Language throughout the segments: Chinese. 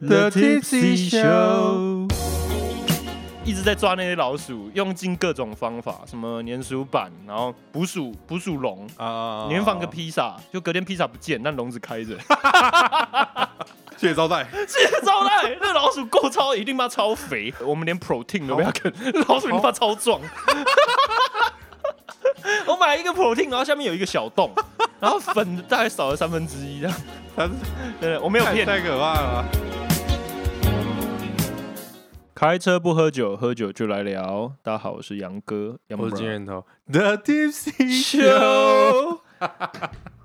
The Tipsy Show。一直在抓那些老鼠，用尽各种方法，什么粘鼠板，然后捕鼠捕鼠笼，啊里面放个，披萨，就隔天披萨不见，但笼子开 着，谢谢招待。谢谢招待。那老鼠够超，一定妈超肥， 我们连 protein 都不要啃，那 老鼠一定妈超壮。我买了一个 protein，然后下面有一个小洞，然后粉大概少了三分之一 这样。他对，对我没有太骗你。太可怕了。开车不喝酒，喝酒就来聊。大家好，我是杨哥，杨我哥是。金人头，The Tipsy Show。 秀。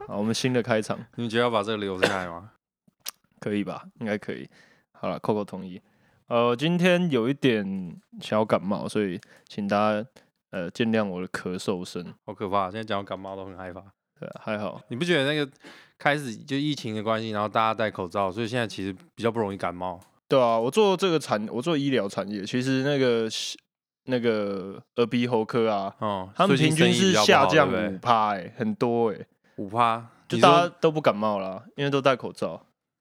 好，我们新的开场你觉得要把这个留下来吗？可以吧？应该可以。好了，Coco 同意。呃，今天有一点小感冒，所以请大家呃见谅我的咳嗽声。好可怕！现在讲到感冒都很害怕。对，啊还好。你不觉得那个开始就疫情的关系，然后大家戴口罩，所以现在其实比较不容易感冒。对啊，我做这个产，我做医疗产业，其实那个那个耳鼻喉科啊，哦，他们最平近均生意是比较不下好降对不五对趴，哎、很多哎、五趴，就你大说家都不感冒啦，因为都戴口罩。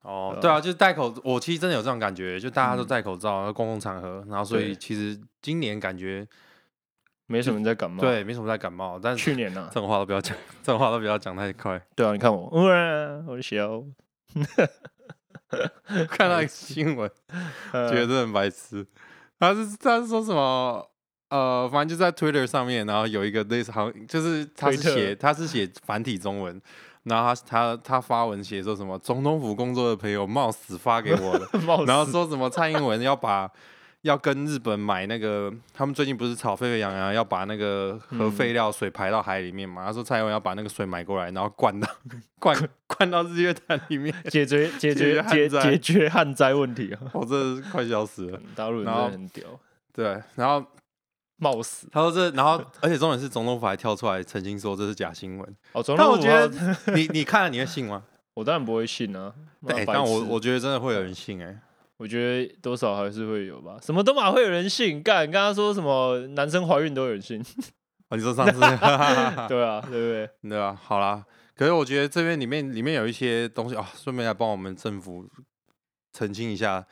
哦对啊，对啊，就是戴口，我其实真的有这种感觉，就大家都嗯戴口罩，然后公共场合，然后所对以其实今年感觉没什么人在感冒。，对没什么在感冒，但是去年呢、 啊这，种话都不要讲，这种话都不要讲太快。对啊，你看我，呃、我的小，看到一个新闻，呃觉得很白痴。他是他是说什么？呃，反正就在 Twitter 上面，然后有一个类似好像就是他是推特写他是写繁体中文，然后他他他发文写说什么总统府工作的朋友冒死发给我的， 冒然后死说什么蔡英文要把要跟日本买那个，他们最近不是吵沸沸扬扬要把那个核废料水排到海里面嘛？他说蔡英文要把那个水买过来，然后灌到 灌灌到日月潭里面，解决解决解决旱解灾解决旱灾问题啊！我真的是快笑死了。大陆人真的很屌，对，然后冒死他说这，然后 而且重点是总统府还跳出来澄清说这是假新闻。哦。总但我统觉府得啊 你你看了你会信 吗？我当然不会信啊，妈对，白但我痴我觉得真的会有人信哎、我觉得多少还是会有吧，什么都嘛会有人信。干，刚刚说什么男生怀孕都有 人信，哦，你说上次 对对啊，对不对？对啊，好啦，可是我觉得这边里面里面有一些东西啊，顺便来帮我们政府澄清一下。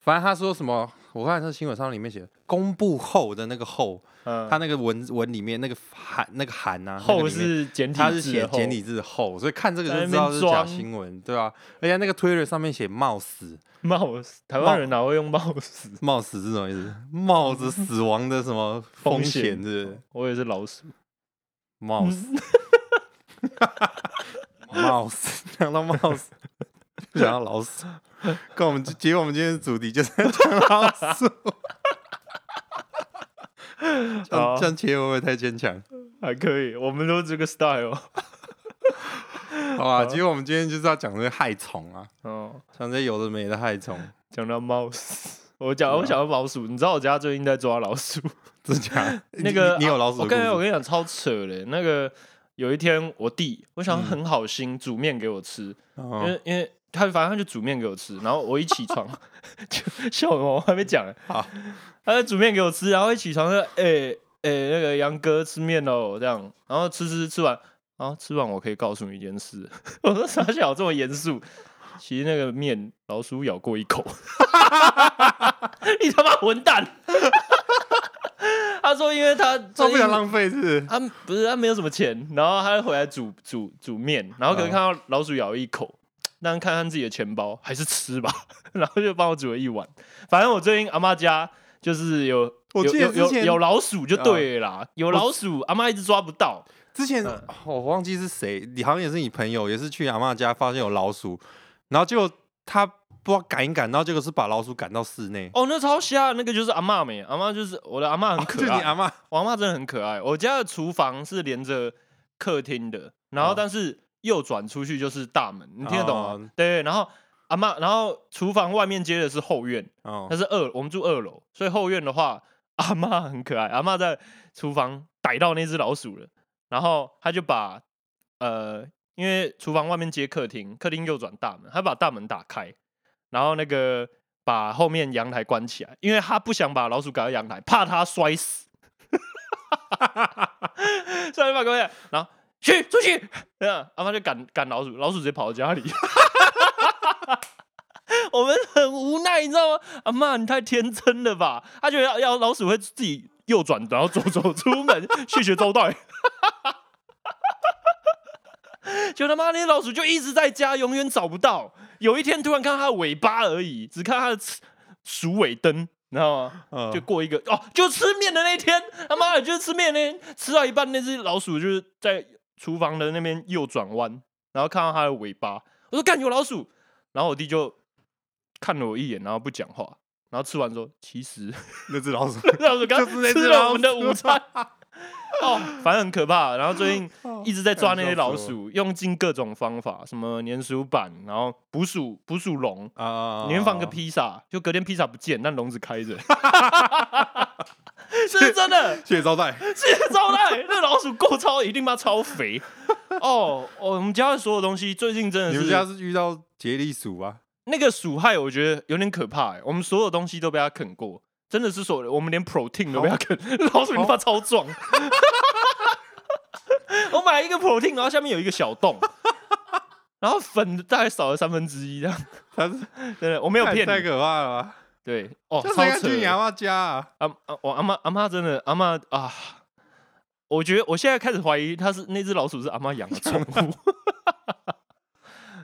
反正他说什么，我看这新闻上里面写公布后的那个后，嗯，他那个文文里面那个含那个含啊，那个后里面是简体字，他是写简体，字后，所以看这个在那就知道边是假装新闻，对吧、啊而且那个 Twitter 上面写冒死， 冒死，台湾人哪会用冒死？冒死是什么意思？冒着死亡的什 么风险险是嗯不是？我也是老鼠，冒死，冒死，讲到冒死，就想到老鼠。跟我们结果我们今天的主题就是在讲老 鼠，这好样这样切会不会太坚强？还可以，我们都这个 style。好吧，结果我们今天就是要讲这些害虫啊，哦，讲这些有的没的害虫，讲到冒死，我讲对啊我想到老鼠，你知道我家最近在抓老鼠。真的假 的？那个啊你你有老鼠我的刚才我故事？跟你讲超扯的，那个有一天我弟，我想嗯很好心煮面给我呃吃，因哦为因为他反正他就煮面给我吃，然后我一起床 就笑什么，我还没讲欸，好 他就煮面给我吃，然后一起床说，哎、哎、那个杨哥吃面喽，这样，然后吃吃吃完，然后吃完我可以告诉你一件事， 我说傻小这么严肃。其实那个面老鼠咬过一口， 你他妈混蛋！ 他说，因为他这不想浪费是不 是？他啊不是他没有什么钱，然后他就回来煮煮煮面，然后可嗯能看到老鼠咬一口，但看看自己的钱包，还是吃吧， 然后就帮我煮了一碗。反正我最近阿妈家就是有我有记得有之有前啊有老鼠就对了啦，有老鼠阿妈一直抓不到，之前、哦嗯我忘记是谁，你好像也是你朋友，也是去阿嬷家发现有老鼠，然后结果他不知道赶一赶，然后结果是把老鼠赶到室内。哦，那超瞎，那个就是阿妈没，阿妈就是我的阿哦妈很哦 就可你爱，阿嬷，我阿妈真的很可爱。我家的厨房是连着客厅的，然后哦但是右转出去就是大门，你听得懂吗？哦对，然后阿妈，然后厨房外面接的是后院，哦它，是二，我们住二楼，所以后院的话，阿妈很可爱，阿妈在厨房逮到那只老鼠了，然后她就把呃，因为厨房外面接客厅，客厅右转大门，她把大门打开，然后那个把后面阳台关起来，因为她不想把老鼠赶到阳台，怕它摔死， 所以就把关起来，然后去出去，这样 阿妈就赶赶老鼠，老鼠直接跑到家里。我们很无爱，你知道吗？阿妈，你太天真了吧？他觉得要要老鼠会自己右转，然后左走出门， 谢谢招待。就他妈那些老鼠就一直在家，永远找不到。有一天突然看到它的尾巴而已，只看它的刺鼠尾灯，你知道吗？嗯就过一个哦，就吃面的那一天，他妈的，就是吃面那天，吃到一半，那只老鼠就是在厨房的那边右转弯，然后看到它的尾巴，我说干有老鼠，然后我弟就看了我一眼，然后不讲话，然后吃完说其实 那只老鼠老鼠刚就是那只吃了我们的老鼠午 餐，哦，反正很可怕。然后最近一直在抓那些哦老干笑死鼠，用尽各种方法，什么粘鼠板，然后捕鼠捕鼠笼，啊，里面放个披萨，就隔天披萨不见，但笼子 开着，是真 的，谢谢招待，是招待。那老鼠够超，一定妈超肥。哦哦，我们家的所有东西最近真的你是们家是遇到杰利鼠啊？那个鼠害，我觉得有点可怕、欸。我们所有东西都被它啃过，真的是所有的，我们连 protein 都被它哦啃。老鼠你妈超壮！ 我买一个 protein，然后下面有一个小洞，然后粉大概少了三分之一这样。它是真的，我没有太骗太你。可怕了吧？对，哦，这超谁敢扯去你的阿。妈家啊？阿阿我阿妈阿妈真的阿妈啊，我觉得我现在开始怀疑他是那只老鼠是阿妈养的宠物，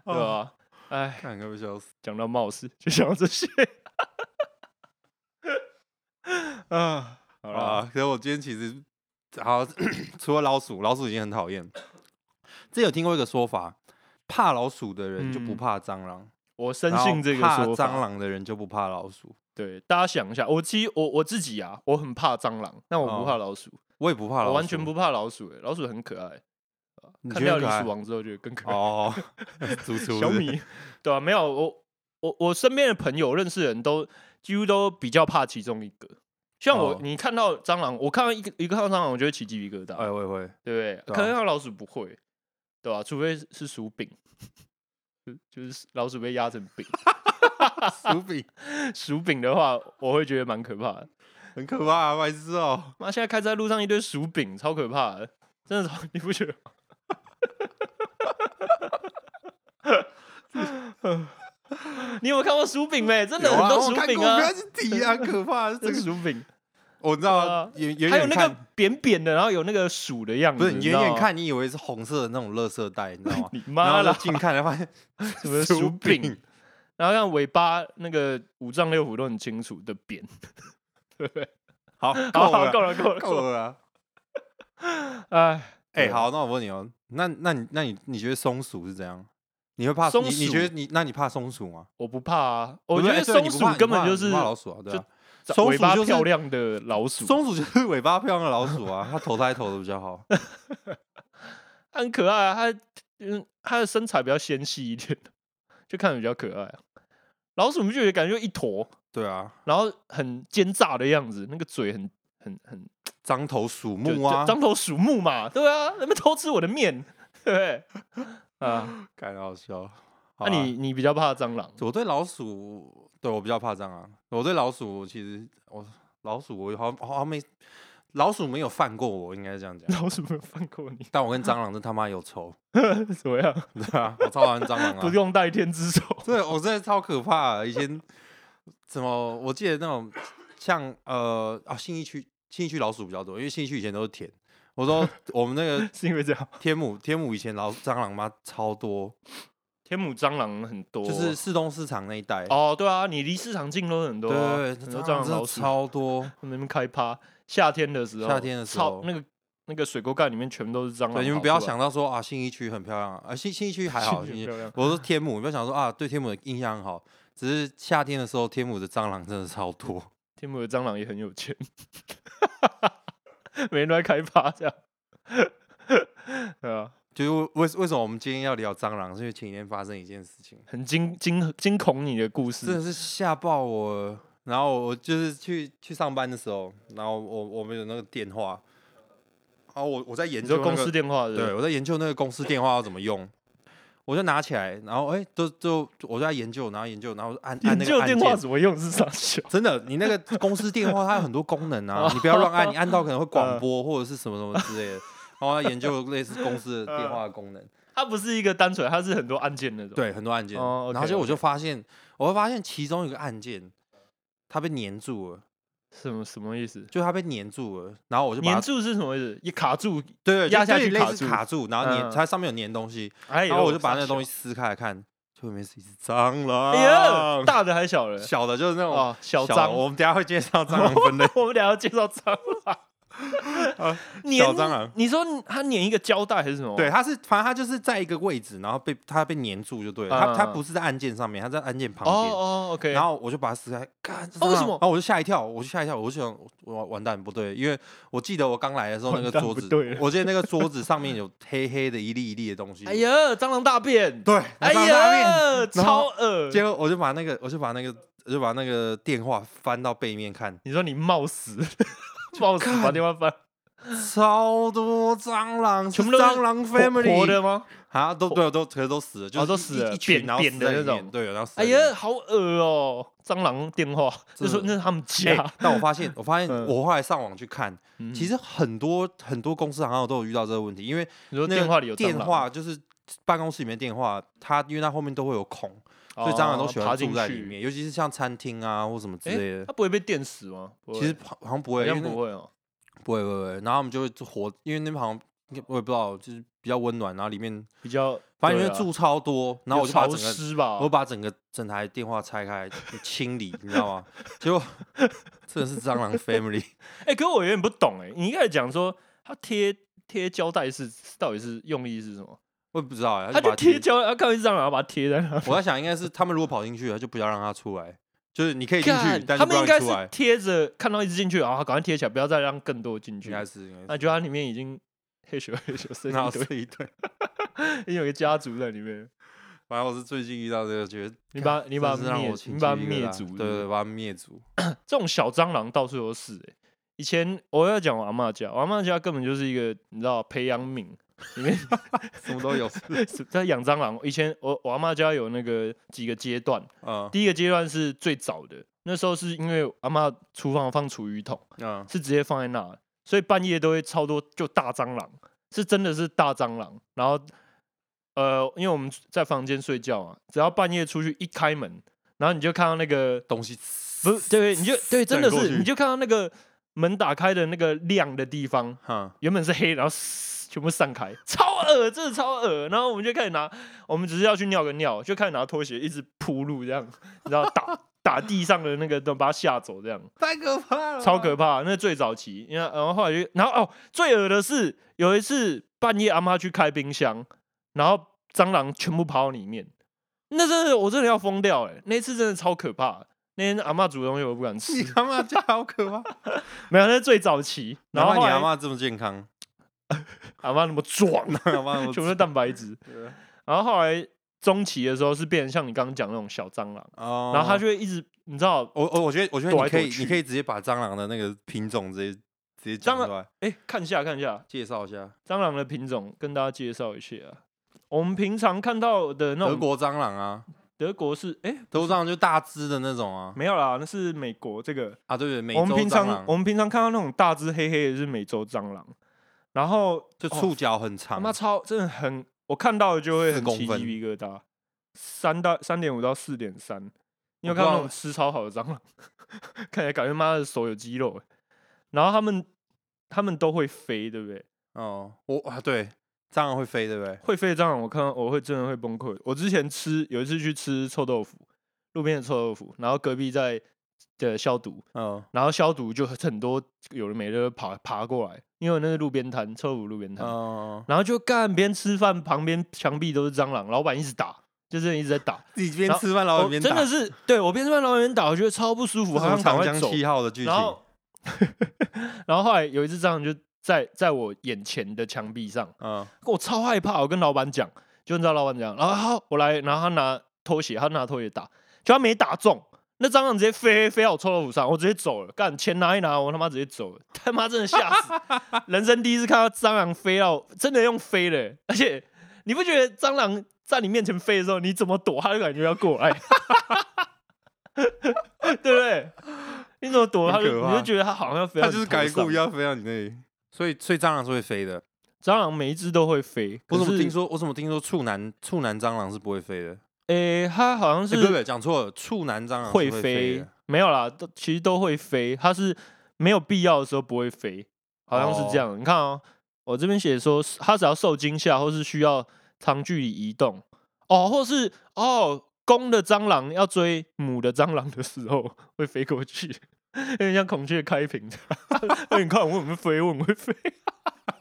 对哦？吧？哎，看可不笑死。讲到冒失就想到这些啊，好好了，啦，可是我今天其实好， 除了老鼠，老鼠已经很讨厌。之前有听过一个说法，怕老鼠的人就不嗯怕蟑螂，我深然后信这个怕说蟑法。螂的人就不怕老鼠。对，大家想一下，我其实我我自己啊，我很怕蟑螂，但我哦不怕老鼠，我也不怕老鼠，我完全不怕老鼠、欸，老鼠很可爱。你看觉掉得李可爱鼠王之后，觉得更可爱。哦，猪猪小是米， 对啊，没有我我我身边的朋友认识的人都几乎都比较怕其中一个。像我，哦你看到蟑螂，我看到一个一个看到蟑螂，我就会起鸡皮疙瘩，哎，我也会。对不对？对啊可能看到老鼠不会，对吧、除非是是鼠饼， 就就是老鼠被压成 饼。鼠饼鼠饼的话，我会觉得蛮可怕的。很可怕、啊，白痴哦、妈，现在开车在路上一堆薯饼，超可怕的，真的超， 你不觉得吗？你有没有看过薯饼没？真的有很啊，多我薯看饼过不啊 要，去提啊，可怕！这这个个薯饼，我知道啊啊，远远还有远那看个，扁扁的，然后有那个薯的样不子，是你你知远远道吗，？看，你以为是红色的那种垃圾袋，你知道吗你然 妈后啦就，近看，发现什么薯饼，，然后像尾巴那个五脏六腑都很清楚的 扁，对不对？好，好，够好了，够了，够了，够够了，了啊。哎，哎、对好，那我问你哦，那那你那你你觉得松鼠是怎样？你会怕松你你鼠觉得你那你怕松鼠吗？我不怕啊，我不觉是得哎对松你不鼠怕你根本怕就你是怕老鼠啊，对啊，松尾鼠巴就是漂亮的老鼠，松鼠就是尾巴漂亮的老鼠啊，它投胎投的比较 好。它很可爱啊，它嗯，它的身材比较纤细一点， 就看着比较可爱啊。老鼠你不觉得感觉就一坨，对啊，然后很奸诈的样子，那个嘴很很很獐头鼠就目啊就，獐头鼠目嘛，对啊，那边偷吃我的面，对不对？啊，感好笑。好那、啊你你比较怕蟑 螂，我对老鼠，对我比较怕蟑螂。我对老鼠其实我老鼠我好像好像没老鼠没有犯过我，应该这样 讲。老鼠没有放过你，但我跟蟑螂真他妈有仇，怎么样？对啊，我超讨厌蟑螂 不啊！用带天之手，对，我真的超可怕、啊。以前怎么我记得那种像呃啊信义区信义区老鼠比较多，因为信义区以前都是田。我说我们那个是因为这样。天母天母以前老蟑螂妈超多，天母蟑螂很多，啊就是市东市场那一带。哦，对啊，你离市场近都很多、对啊，对很对，多蟑蟑螂螂、真老的鼠，超多。他们那边开趴，夏天的时候，夏天的时超候那个那个水沟盖里面全都是蟑螂跑出来。对，你们不要想到说啊，信义区很漂亮啊，信信义区还好，信义区很漂亮。我说天母，你不要想说啊，对天母的印象很好，只是夏天的时候，天母的蟑螂真的超多。天母的蟑螂也很有钱， 每天都在开趴这样。对啊，就是为为什么我们今天要聊蟑螂，是因为前几天发生一件事情，很惊惊惊恐你的故真事的是吓爆我了。然后我就是去去上班的时候，然后我我们有那个电话，然后我我在研你究、说那公个司电话是不是对，我在研究那个公司电话要怎么用，我就拿起来，然后哎、就就我就在研究，然后研究，然后按按那研个究按电键，话怎么用是傻笑？ 真的，你那个公司电话它有很多功能 啊，你不要乱按，嗯嗯你按到可能会广播或者是什么什么之类的。然后要研究类似公司的电话功能，它不是一个单纯，它是很多按键那种。对，很多按键。哦然后结果我 OK，OK 就发现，我会发现其中有个按键，它被粘住了，什么什么意思？就它被粘住了。然后我就把粘它住是什么意思？一卡住，对对就压下就去类卡似住卡住，然后粘、嗯它上面有粘东西，哎呦，然后我就把那个东西，西撕开来看，就里面是一只蟑螂，哎呀，大的还小的？啊小的就是那种、哦，小的蟑。我们等一下会介绍蟑螂 ，分类我们俩要介绍蟑螂 啊，粘哦小蟑螂你说它粘一个胶带还是什么？对，，它是反正它就是在一个位置，然后被它被粘住就对了，它它不是在按键上面，它在按键旁嗯哦边。哦，OK，然后我就把它撕开，看啊为什么然后我就吓一跳，我就吓一跳，我就想完完蛋不对，因为我记得我刚来的时候那完个蛋桌不子对了，我记得那个桌子上面有黑黑的一粒一粒的东西。 哎，呀，蟑螂大便，对，蟑哎螂大便，呀，然超后恶结果我就把那个，我就把那个，我就把那个电话翻到背面看，你说你冒 死，冒死把看电话翻，超多蟑螂，嗯全部是都是蟑螂活活 family 的吗？啊，都对，都可是都死了，就哦是都一死一了一群扁然后扁死的在里那种面对，然后死在哎里面呀，好恶哦！蟑螂电话，真就的说那是他们哎家。但我发 现，我发现嗯我后来上网去看，嗯其实很多很多公司好像都有遇到这个问题，因为你说那个电话里有蟑电螂，话就是办公室里面电话，它因为它后面都会有孔，所以蟑螂都喜哦爬欢进住去在里。面，尤其是像餐厅啊或什么之哎类的它。不会被电死吗？不会其实好好像不好会，因为像那不会哦。不会不会不会，然后我们就会活，因为那边好像应该我也不知道，就是比较温暖，然后里面比较反正因为对啊住超多，然后我就有把潮整个湿啊吧我，把整个整台电话拆开清理，你知道吗？ 结果真的是蟑螂 family， 哎、可我有点不懂哎、你一开始讲说他贴贴胶带是到底是用意是什么？我也不知道哎、他把就它贴。胶，他看到一只蟑螂，然后把它贴在那。我在想，应该是他们如果跑进去了，就不要让它出来，就是你可以进看去，但他是不们要应该你出是来。贴着，看到一只进去，然后赶快贴起来，不要再让更多进去啊应。该是，应该那是。就它里面已经黑咻黑咻生然后一堆是，一堆，已经有一个家族在里面。反正我是最近遇到这个，觉得你把干你把真是让灭我情你把绪灭一个大族对对不对对，把它灭族。这种小蟑螂到处都是、欸。以前我要讲我阿嬷家，我阿嬷家根本就是一个你知道培养皿，里面 什么都有。在养蟑螂。以前我我阿嬷家有那个几个阶段，嗯第一个阶段是最早的，那时候是因为阿嬷厨房放厨余桶，嗯，是直接放在那的，所以半夜都会超多就大蟑螂，是真的是大蟑螂。然后呃，因为我们在房间睡觉啊，只要半夜出去一开门，然后你就看到那个东西不是对，你就对，真的闪过是，去你就看到那个门打开的那个亮的地方，哼，原本是黑，然后嘶全部散开， 超恶，真的超恶。然后我们就开始拿，我们只是要去尿个尿，就开始拿拖鞋一直铺路这样，你知道打 打地上的那个，都把它吓走这样，太可怕了超可怕。那最早期，因为然后后来就，然后哦，最恶的是有一次半夜阿妈去开冰箱，然后蟑螂全部跑到里面，那真的我真的要疯掉哎、欸，那次真的超可怕。那天阿妈煮的东西我不敢吃你， 他妈就好可怕！没有，那是最早期。 然然后后你后来阿妈这么健康， 阿妈那么 壮，阿妈全部都蛋白质。然后后来中期的时候是变成像你刚刚讲那种小蟑螂，哦然后它就会一直，你知道，我我我觉得我觉得躲你来可躲以去你可以直接把蟑螂的那个品种直接直接讲蟑螂出来，哎，看一下看一下介绍一下蟑螂的品种，跟大家介绍一下啊。我们平常看到的那德种国蟑螂啊，德国是哎德国蟑螂就大只的那种啊没有啦，那是美国这个。啊，对对，美洲我们平蟑常螂我们平常看到那种大只黑黑的是美洲蟑螂，然后就哦触角很他长妈，超真的很，我看到了就会4很啊公起鸡分皮疙瘩，三到三点五到四点三，你有我不看知到那道种吃超好的蟑螂， 看起来感觉妈的手有肌肉欸，然后他们他们都会飞，对不对？哦，我啊对，蟑螂会飞对不对？会飞的蟑螂，我看到我会真的会崩溃。我之前吃有一次去吃臭豆腐，路边的臭豆腐，然后隔壁在的消毒，嗯然后消毒就很多有的没的爬爬过来，因为那是路边摊，臭豆腐路边摊，哦，然后就干边吃饭，旁边墙壁都是蟑螂，老板一直打，就是一直在打。你边然后吃饭老我板边真的是是，对我边吃饭老板边打，我觉得超不舒服，好什么想长赶快江走。七号的剧然情后，然后后来有一只蟑螂就在在我眼前的墙壁上，嗯我超害怕，我跟老板讲，就你知道老板讲，然后好我来，然后他拿拖鞋，他拿拖鞋打，就他没打中，那蟑螂直接飞飞到我臭豆腐上，我直接走了，干钱拿一拿，我他妈直接走了， 他妈真的吓死，人生第一次看到蟑螂飞到，真的用飞的、而且你不觉得蟑螂在你面前飞的时候，你怎么躲，它就感觉要过来， 对不对？你怎么躲，它就很可你怕就觉得它好像要飞它到你就头是上，改故意要飞到你那里，所以所以蟑螂是会飞的，蟑螂每一只都会飞。我怎么听说？说？我怎么听说处男处男蟑螂是不会飞的？诶、它好像哎，不是对，讲错了，处男蟑螂是会飞飞的。，没有啦，都其实都会飞，它是没有必要的时候不会飞，好像是这样。你看哦，我这边写说，它只要受惊吓或是需要长距离移动，哦，或是哦，公的蟑螂要追母的蟑螂的时候会飞过去， 有点像孔雀开屏。 哎你看我很会飞，我很会飞。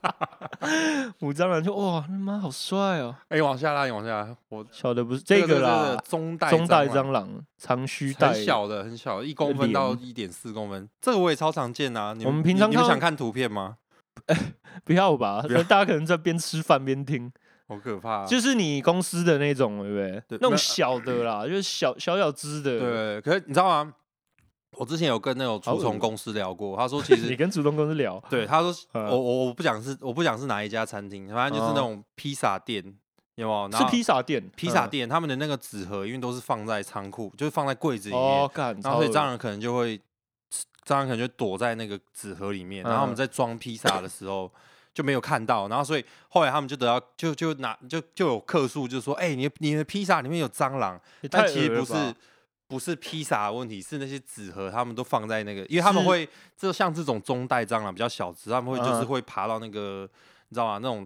母蟑螂就哇，他妈好帅哦！哎，往下拉，你往下拉，我小的不是这个啦，中带中带蟑蟑螂，长须带，很小的，很小的，一公分到一点四公分，这个我也超常见啊。你我们平常你你们看到想看图片吗？不要吧，不要大家可能在边吃饭边听，好可怕啊！就是你公司的那种，对不对？对那种那啊小的啦，就是小小小只的。，对，可是你知道吗？我之前有跟那种好除恶虫公司聊过，他说其实你跟主动公司聊，对，他说呃我我我不讲是我不讲是哪一家餐厅，反正就是那哦种披萨店，有没有？然是后披萨店，披萨嗯店他们的那个纸盒，因为都是放在仓库，就是放在柜子里面，哦，干，然后所以超恶蟑螂可能就会蟑螂可能就躲在那个纸盒里面，然后我们嗯在装披萨的时候。就没有看到，然后所以后来他们就得到就就拿就就有客诉，就说：“哎、你的你的披萨里面有蟑螂。”也太但其实恶了不吧是不是披萨的问题，是那些纸盒他们都放在那个，因为他们是会这像这种中带蟑螂比较小只，他们会就是嗯会爬到那个、你知道吗？那种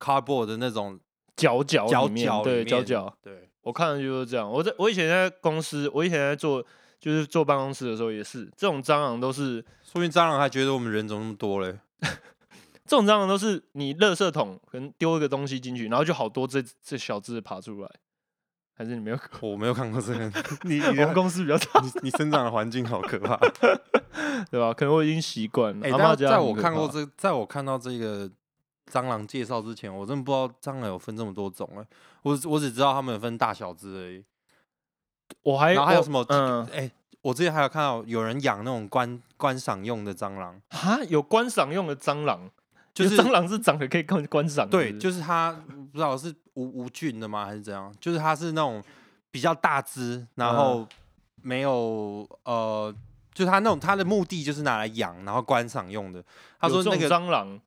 cardboard 的那种角角里角面角对里角面角，对我看的就是这样。我在我以前在公司，我以前在做就是坐办公室的时候也是，这种蟑螂都是说明蟑螂还觉得我们人怎么那么多嘞？这种蟑螂都是你垃圾桶可能丢一个东西进去，然后就好多这这小只的爬出来，还是你没有？我没有看过这 个，你 你我们公司比较大。你你生长的环境好 可怕。对吧？可能我已经习惯了。哎、阿但嬷是家在很我可看过怕这，在我看到这个蟑螂介绍之前，我真的不知道蟑螂有分这么多种哎、我只我只知道它们有分大小只而已。我还然后还有我什么哎嗯，哎、我之前还有看到有人养那种观观赏用的蟑螂，哈，有观赏用的蟑螂，就有是蟑螂是长得可以观观赏的，对，是不是就是它不知道是无无菌的吗，还是怎样？就是它是那种比较大只，然后嗯没有、呃，就是它那种它的目的就是拿来养，然后观赏用的。他有说这那种个蟑螂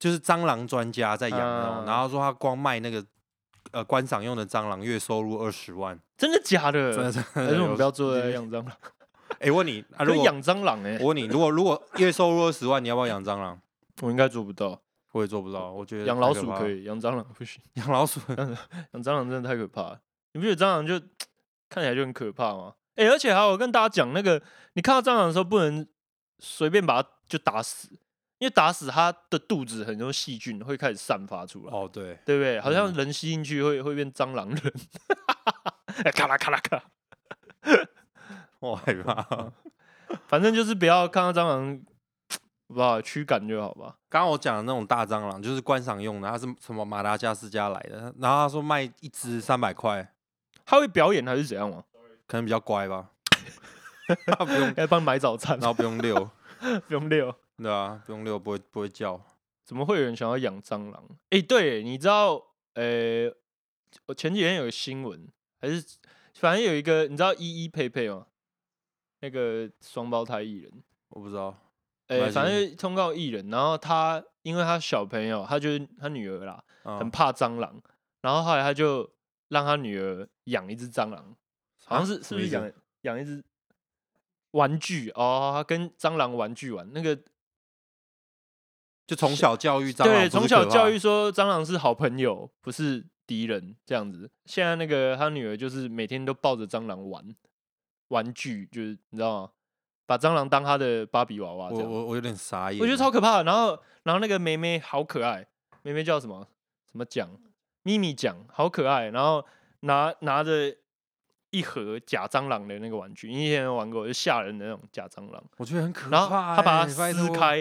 就是蟑螂专家在养那种，嗯然后说他光卖那个。呃，观赏用的蟑螂月收入二十万，真的假真的的？真的还是我们不要做有 养蟑螂？哎、问你啊，可如是果养蟑螂哎我，问你，如果如果月收入二十万，你要不要养蟑螂？我应该做不到。我也做不到，我觉得哦养太老可鼠怕可了，以，养蟑螂不行。 养老鼠养蟑螂真的太可怕了，你不觉得蟑螂就看起来就很可怕吗？哎、而且还有我跟大家讲，那个你看到蟑螂的时候，不能随便把它就打死，因为打死它的肚子很多细菌会开始散发出 来。哦，对，对不对？好像嗯人吸进去会会变蟑螂人，哎 咔啦咔啦咔啦。我害怕。 反正就是不要看到蟑螂，不好驱赶就好吧。刚刚我讲的那种大蟑螂，就是观赏用的，它是什么马达加斯加来的，然后他说卖一只三百块，他会表演还是怎样吗？可能比较乖吧， 它不用，要帮你买早餐啊然， 后不用遛，不用遛。对啊，不用遛，不会不会叫。怎么会有人想要养蟑螂？哎、对，你知道，呃，我前几天有个新闻，还是反正有一个，你知道依依佩佩吗？那个双胞胎艺人，我不知道，呃、还反是正通告艺人，然后他因为他小朋友，他就是他女儿啦，很嗯，怕蟑螂，然后后来他就让他女儿养一只蟑螂，好像是是什不么是意思养养一只玩具哦，他跟蟑螂玩具玩那个，就从小教育蟑螂，对，不从是小可怕教育说蟑螂是好朋友，不是敌人这样子。现在那个他女儿就是每天都抱着蟑螂玩玩具，就是你知道吗？把蟑螂当他的芭比娃娃这我样，我我有点傻眼，我觉得超可怕的。然后，然后那个妹妹好可爱，妹妹叫什么什么奖？咪咪奖，好可爱。然后拿拿着一盒假蟑螂的那个玩具，你以前有玩过，就吓人的那种假蟑螂。我觉得很可怕然欸、后她把它拜撕托，开，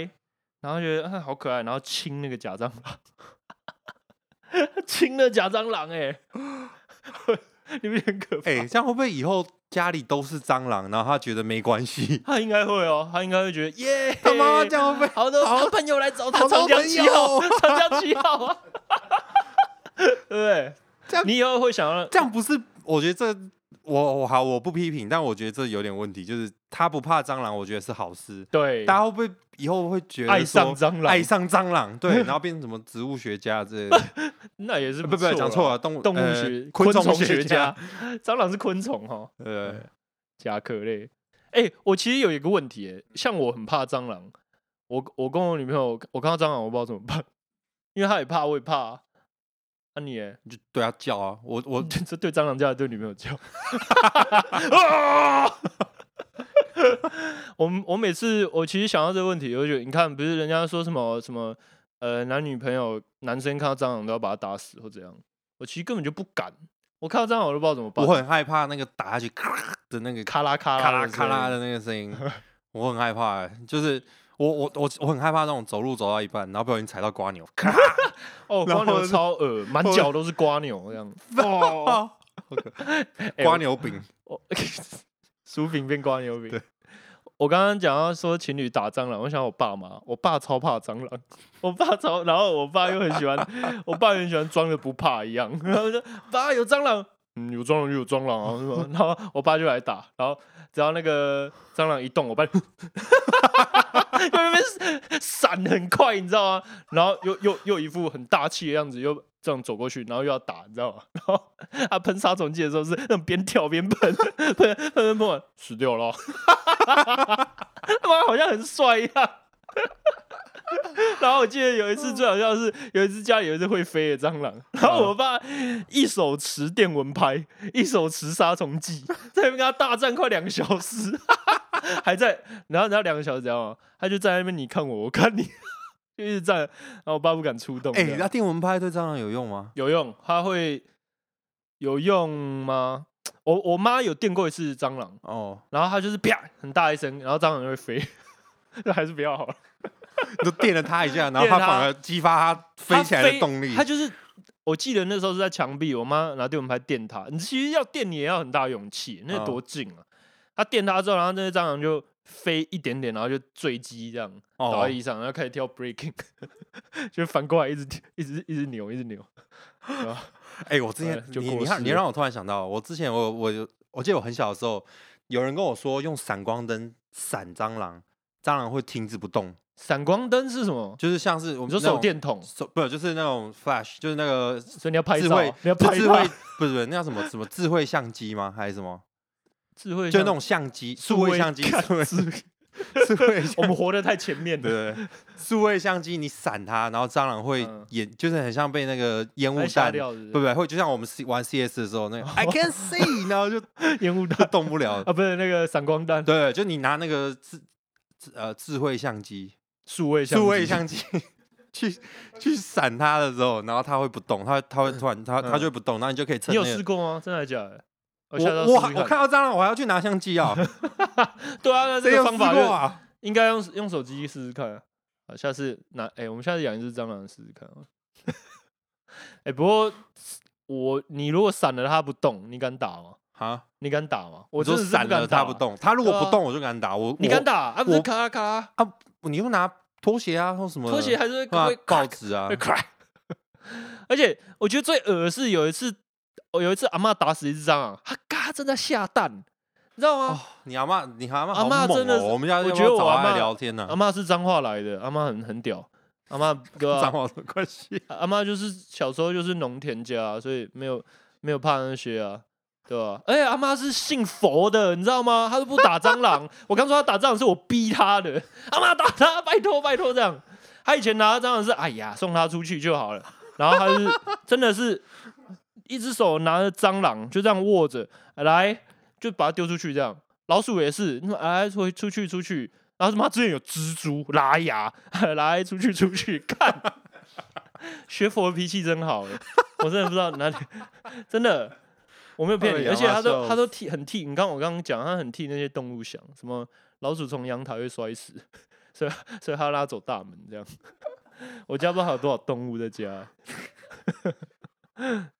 然后觉得啊好可爱，然后亲那个假蟑螂， 亲了假蟑螂哎、 你不觉得很可怕？哎、这样会不会以后家里都是蟑螂，然后他觉得没关 系？他应该会哦，他应该会觉得耶，他妈妈这样会不会好多好好朋友来 找他，好长多江朋七号友， 长江七号啊，对不对这？样你以后会想要这样不是？我觉得这我我好，我不批评，但我觉得这有点问题，就是他不怕蟑螂，我觉得是好事。对，大家会不会以后会觉得爱上说哎蟑螂，爱上蟑螂？对， 然后变成什么植物学家之类的？那也是呃不不，错讲啦错了，动物啊动物呃学、昆虫学家。， 蟑螂是昆虫哦，呃，甲壳类。哎、我其实有一个问题、欸，像我很怕蟑螂，我我跟我女朋友，我看到蟑螂我不知道怎么办，因为她也怕，我也怕啊。啊你欸，你就对他叫啊，我我这哦对蟑螂叫，对女朋友叫。啊！ 我们我每次我其实想到这个问题，我就觉得你看，不是人家说什么什么呃男女朋友男生看到蟑螂都要把它打死或怎样，我其实根本就不敢，我看到蟑螂我都不知道怎么办，我很害怕那个打下去咔的那个咔啦 咔咔啦啦的咔啦声音的那个声音，我很害怕、欸，就是我我我我很害怕那种走路走到一半，然后不小心踩到瓜牛，咔，哦，然瓜后牛是超恶，满或者脚都是瓜牛这样。 哦， 哦瓜牛饼，我薯饼变瓜牛饼对。我刚刚讲到说情侣打蟑螂，我想我爸妈，我爸超怕蟑螂，我爸超，然后我爸又很喜欢， 我爸也很喜欢装的不怕一样，然后就爸有蟑螂，嗯，有蟑螂就有蟑螂啊，是吧然后我爸就来打，然后只要那个蟑螂一动，我爸就在那边闪很快，你知道吗？然后又又又一副很大气的样子，又这样走过去，然后又要打，你知道吗？然后他喷杀虫剂的时候是那种边跳边喷， 喷喷喷喷完，死掉了，他妈好像很帅一样。然后我记得有一次最好笑的是，有一次家里有一只会飞的蟑螂，然后我爸一手持电蚊拍，一手持杀虫剂，在那边跟他大战快两个小时，还在，然后然后两个小时这样哦，他就在那边你看我，我看你， 就一直站，然后我爸不敢出动。哎、这样那电蚊拍对蟑螂有用吗？有用，它会有用吗？我我妈有电过一次蟑螂，哦，然后它就是啪很大一声，然后蟑螂就会飞， 那还是不要好了。哦就电了它一 下，然后电它它反而激发它飞起来的动力。它就是我记得那时候是在墙壁，我妈拿电蚊拍电它，你其实要电你也要很大勇气，嗯那多近啊！它电它之后，然后那只蟑螂就飞一点点，然后就坠机这样倒哦在，地上，然后开始跳 breaking，就反过来一直一直一直扭一直扭，对吧哎、我之前对就你过你世看你了让我突然想到，我之前我我有我记得我很小的时候，有人跟我说用闪光灯闪蟑螂，蟑螂会停止不动，闪光灯是什么？就是像是我们你说那种手电筒，手不就是那种 flash，就是那个所以你要拍智照，慧你要就拍智照慧不是不是那叫什么什么智慧相机吗？还是什 么？智慧就像那种相机， 数数位位相机，干数位 智慧数位相我们活得太前面对了， 对，对数位相机你闪它，然后蟑螂会嗯眼、就是很像被那个烟雾还吓弹，掉是不不是不会，就像我们 C- 玩 CS 的时候那 个 I can see，然后就烟雾就弹动不了。 啊，不是那个闪光弹，对，就你拿那个智智呃智慧相机， 数位相数位机相机 去去闪它的时候，然后它会不动，它会它会突然它它就会不动，然后你就可以趁嗯你有那个试。过吗？真的假的？我下次要我试我试还我看看到蟑螂，我还要去拿相机啊！对啊，那 这谁有个试方法过就啊？应该用用手机试试看啊。啊下次拿哎，我们下次养一只蟑螂试试看啊。 哎，不过我你如果闪了它不动，你敢打吗？啊！你敢打吗？我我真就的是不闪了敢它打不，动，它如果对啊不动我就敢打我。你我敢打啊？不是我咔咔，啊？你又拿拖鞋啊或什么的？拖鞋还是啊会会，报纸啊会，cry。而且我觉得最恶的是有一次，我有一次阿嬷打死一只蟑螂，她嘎正在下蛋，你知道哦吗？，你阿妈，你阿妈阿好嬷猛真的哦！是我们家我要不觉得要我找阿她来嬷聊天呢阿，嬷是彰化来的，阿嬷很很屌，阿嬷 哥、 脏啊，话什么关系？阿嬷就是小时候就是农田家啊、所以没有没有怕那些啊。对吧、而且阿妈是信佛的，你知道吗？她都不打蟑螂。我刚说她打蟑螂是我逼她的，阿妈打她，拜托拜托这样。她以前拿蟑螂是，哎呀，送她出去就好了。然后她是真的是一只手拿着蟑螂，就这样握着，来就把它丢出去，这样。老鼠也是，你说哎，出出去出去，然后他妈之前有蜘蛛拉牙， 来出去出去，看， 学佛的脾气真好，欸我真的不知道哪里， 真的。我没有骗哎你，呀而且笑他都死他都替很替，你看我刚刚讲，他很替那些动物想，什么老鼠从阳台会摔死，所以所以他拉走大门这样。 我家不知道还有多少动物在家，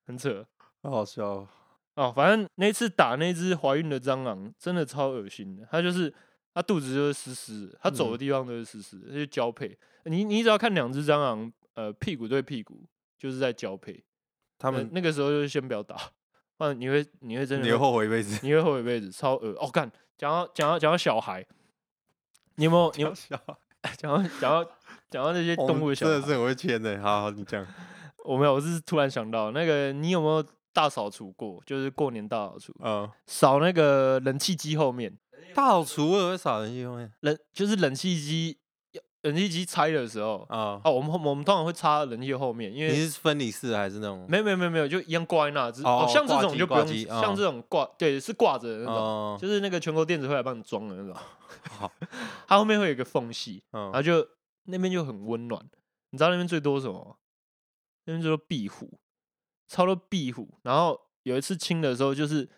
很扯。好 好笑哦，哦，反正那次打那只怀孕的蟑螂真的超恶心的，它就是它肚子就是湿湿的，它嗯走的地方都是湿湿的，它就交配。你你只要看两只蟑螂，呃，屁股对屁股，就是在交配。他呃们那个时候就先不要打，不然你会你会真的你会会后悔一辈子。你会后悔一辈子，超恶哦！干，讲到讲到讲到小孩，你有没有 你有 讲到讲到讲到那些哦我动们物的小真的是孩？很会牵的。好，好你讲，我没有，我是突然想到那个，你有没有大扫除过？就是过年大扫除，嗯，扫那个冷气机后面，大扫除我也会扫人机后面冷就是冷气机冷气机拆的时候啊。哦，我们我们通常会插冷气的后面，因你为是分离式还是那种？没有没有没有没有，就一样挂在那，只是哦哦像这挂种机就不挂用，机像嗯这种挂对是挂着的那种，哦，就是那个全国电子会来帮你装的那种好， 它后面会有一个缝隙。然后嗯，就那边就很温暖。你知道那边最多什么吗？那边最多壁虎，超多壁虎。然后有一次清的时候，就是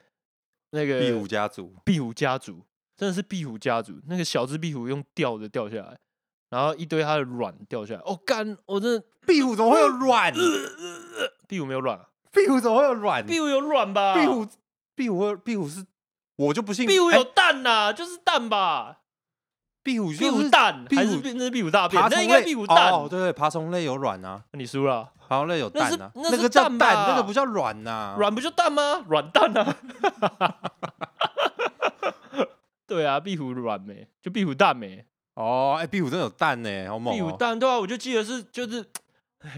那个壁虎家族，壁虎家族，真的是壁虎家族。那个小只壁虎用吊着掉下来，然后一堆它的卵掉下来。哦，干！我真的壁虎怎么会有卵？壁虎没有卵、啊，壁虎怎么会有卵？壁虎有卵吧？壁虎，壁虎会，壁虎是，我就不信壁虎哎有蛋呐、就是蛋吧？壁虎壁就虎是蛋壁还是虎壁那是壁虎大便爬？那虫应该类壁虎蛋。哦，对对，爬虫类有卵啊，你输了，爬虫类有那是蛋啊，那是个叫蛋蛋，吧那个不叫卵呐，软不就蛋吗？软蛋啊！ 对啊，壁虎软没，就壁虎蛋没，哦，哎，壁虎真的有蛋呢，好猛壁虎哦，蛋对啊，我就记得是就是，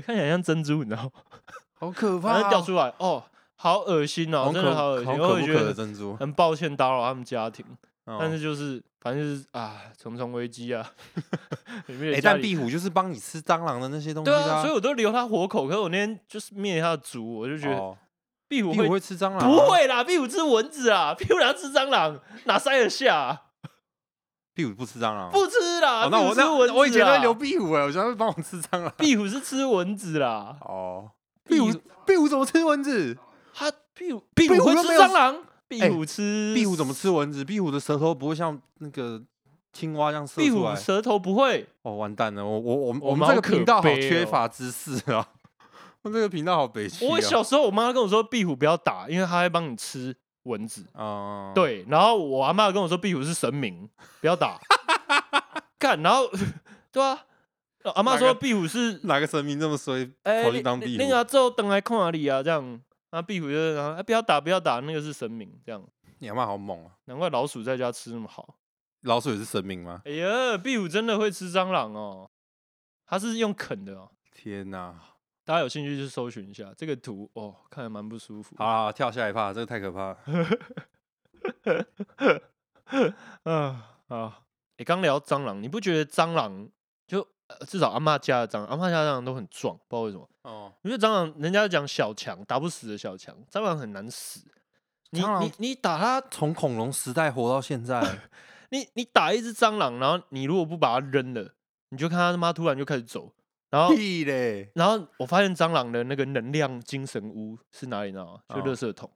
看起来像珍珠，你知道吗？好可怕反正掉哦，出来，哦，好恶心哦，好真的好恶可好心，我可会不觉可的得珍珠，哦很抱歉打扰他们家庭，但但是就是反正就是啊，重重危 机啊，里面哎，的家但里壁虎就是帮你吃蟑螂的那些东西对的啊，啊，所以我都留它活口，可是我那天就是灭它的足，我就觉得哦壁虎壁会虎会吃蟑螂，啊不，会啦，壁虎吃蚊子啊，壁虎哪吃蟑螂，哪塞得下啊、壁虎不吃蟑螂，不吃啦。哦，那我壁虎吃蚊那子啊我以前都啦会留壁虎哎，我现在会帮我吃蟑螂，壁虎是吃蚊子啦，哦，壁壁虎虎壁虎怎么吃蚊子？它壁虎壁壁虎虎会又吃没有蟑螂，壁哎虎吃壁虎怎么吃蚊子？壁虎的舌头不会像那个青蛙这样射壁出虎来。舌头不会，哦，完蛋了！我我我们我我们们这个好可频道好悲缺哦乏知识啊！ 我们这个频道好北区、啊。我小时候我妈跟我说壁虎不要打，因为它会帮你吃蚊子。哦，对，然后我阿妈跟我说壁虎是神明，不要 打。干，然后 对啊，阿妈哪说个壁虎是哪个神明这么衰？哎，跑你去当壁你虎那？个后等来看哪里啊？这样，啊，壁虎就是然后、啊、不要打，不要打，那个是神明，这样，你阿妈好猛啊！难怪老鼠在家吃那么好。老鼠也是神明吗？哎呀，壁虎真的会吃蟑螂哦，它是用啃的哦。天哪、大家有兴趣去搜寻一下这个图哦，看来蛮不舒服。好啦好啦跳下一趴，这个太可 怕了。啊啊！你刚聊蟑螂，你不觉得蟑螂就、呃至少阿妈家的蟑螂，阿妈家的蟑螂都很壮，不知道为什么。哦，因为蟑螂，人家讲小强打不死的小强，蟑螂很难死。你蟑你螂你打它，从恐龙时代活到现 在，你你打一只蟑螂，然后你如果不把它扔了，你就看它他妈突然就开始走，然后屁嘞！然后我发现蟑螂的那个能量精神屋是哪里呢？就哦垃圾桶。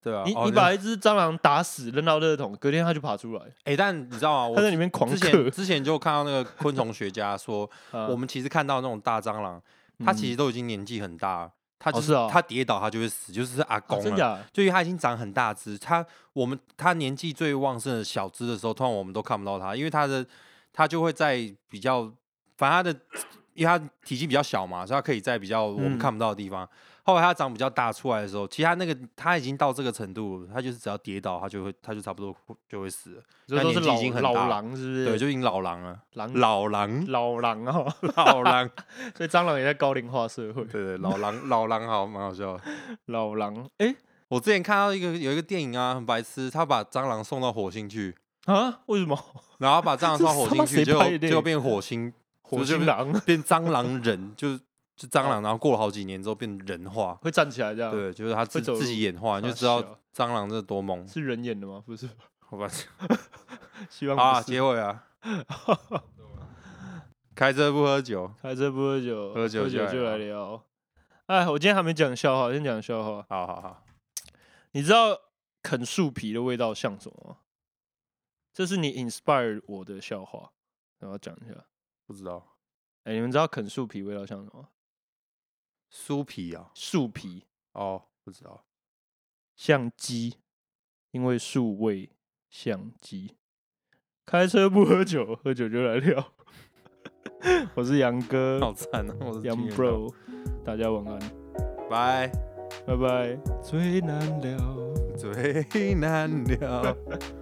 对啊，你哦你那把一只蟑螂打死扔到垃圾桶，隔天它就爬出来，哎、但你知道吗？我它在里面狂之前嗑。之前就看到那个昆虫学家 说，啊我们其实看到那种大蟑螂，它其嗯实都已经年纪很大了，它哦就是哦它跌倒它就会死，就是阿啊公真了。假的？就因为它已经长很大只，它我们它年纪最旺盛的小只的时候，通常我们都看不到它，因为它的它就会在比较，反正它的，因为它体积比较小嘛，所以它可以在比较我嗯们看不到的地方。后来它长比较大出来的时候，其实它那个它已经到这个程度了，它就是只要跌倒，它就会它就差不多会就会死了，这都是年纪已老经很老大了狼是不是？嗯对，就已经老狼了，狼老 狼老狼哦，老狼，所以蟑螂也在高龄化社会。对对，老狼老狼好蛮好笑的。老狼哎我之前看到一个有一个电影啊，很白痴，他把蟑螂送到火星去，啊，为 什么然后把蟑螂这送到火他妈星去，谁结拍果的结果变火星火不是星不是狼 变蟑螂人， 就是就蟑螂，然后过了好几年之后变人化，会站起来这样？，对，就是他自走自己路演化，你就傻知道小蟑螂这多猛。是人演的吗？不是， 好吧，希望好啊，不是。结尾啊， 开车不喝酒，开车不喝酒，喝酒喝就酒来就来聊聊。哎，我今天还没讲笑话，先讲笑话。好好好，你知道啃树皮的味道像什么吗？这是你 inspire 我的笑话，然后讲一下。不知道哎、你们知道啃树皮味道像什么吗？酥皮啊，树皮哦，不知道，像鸡，因为树味像鸡。开车不喝酒，喝酒就来聊。 我是杨哥好惨啊，我是杨金元 bro，大家晚安。拜。拜拜。最难了。最难了。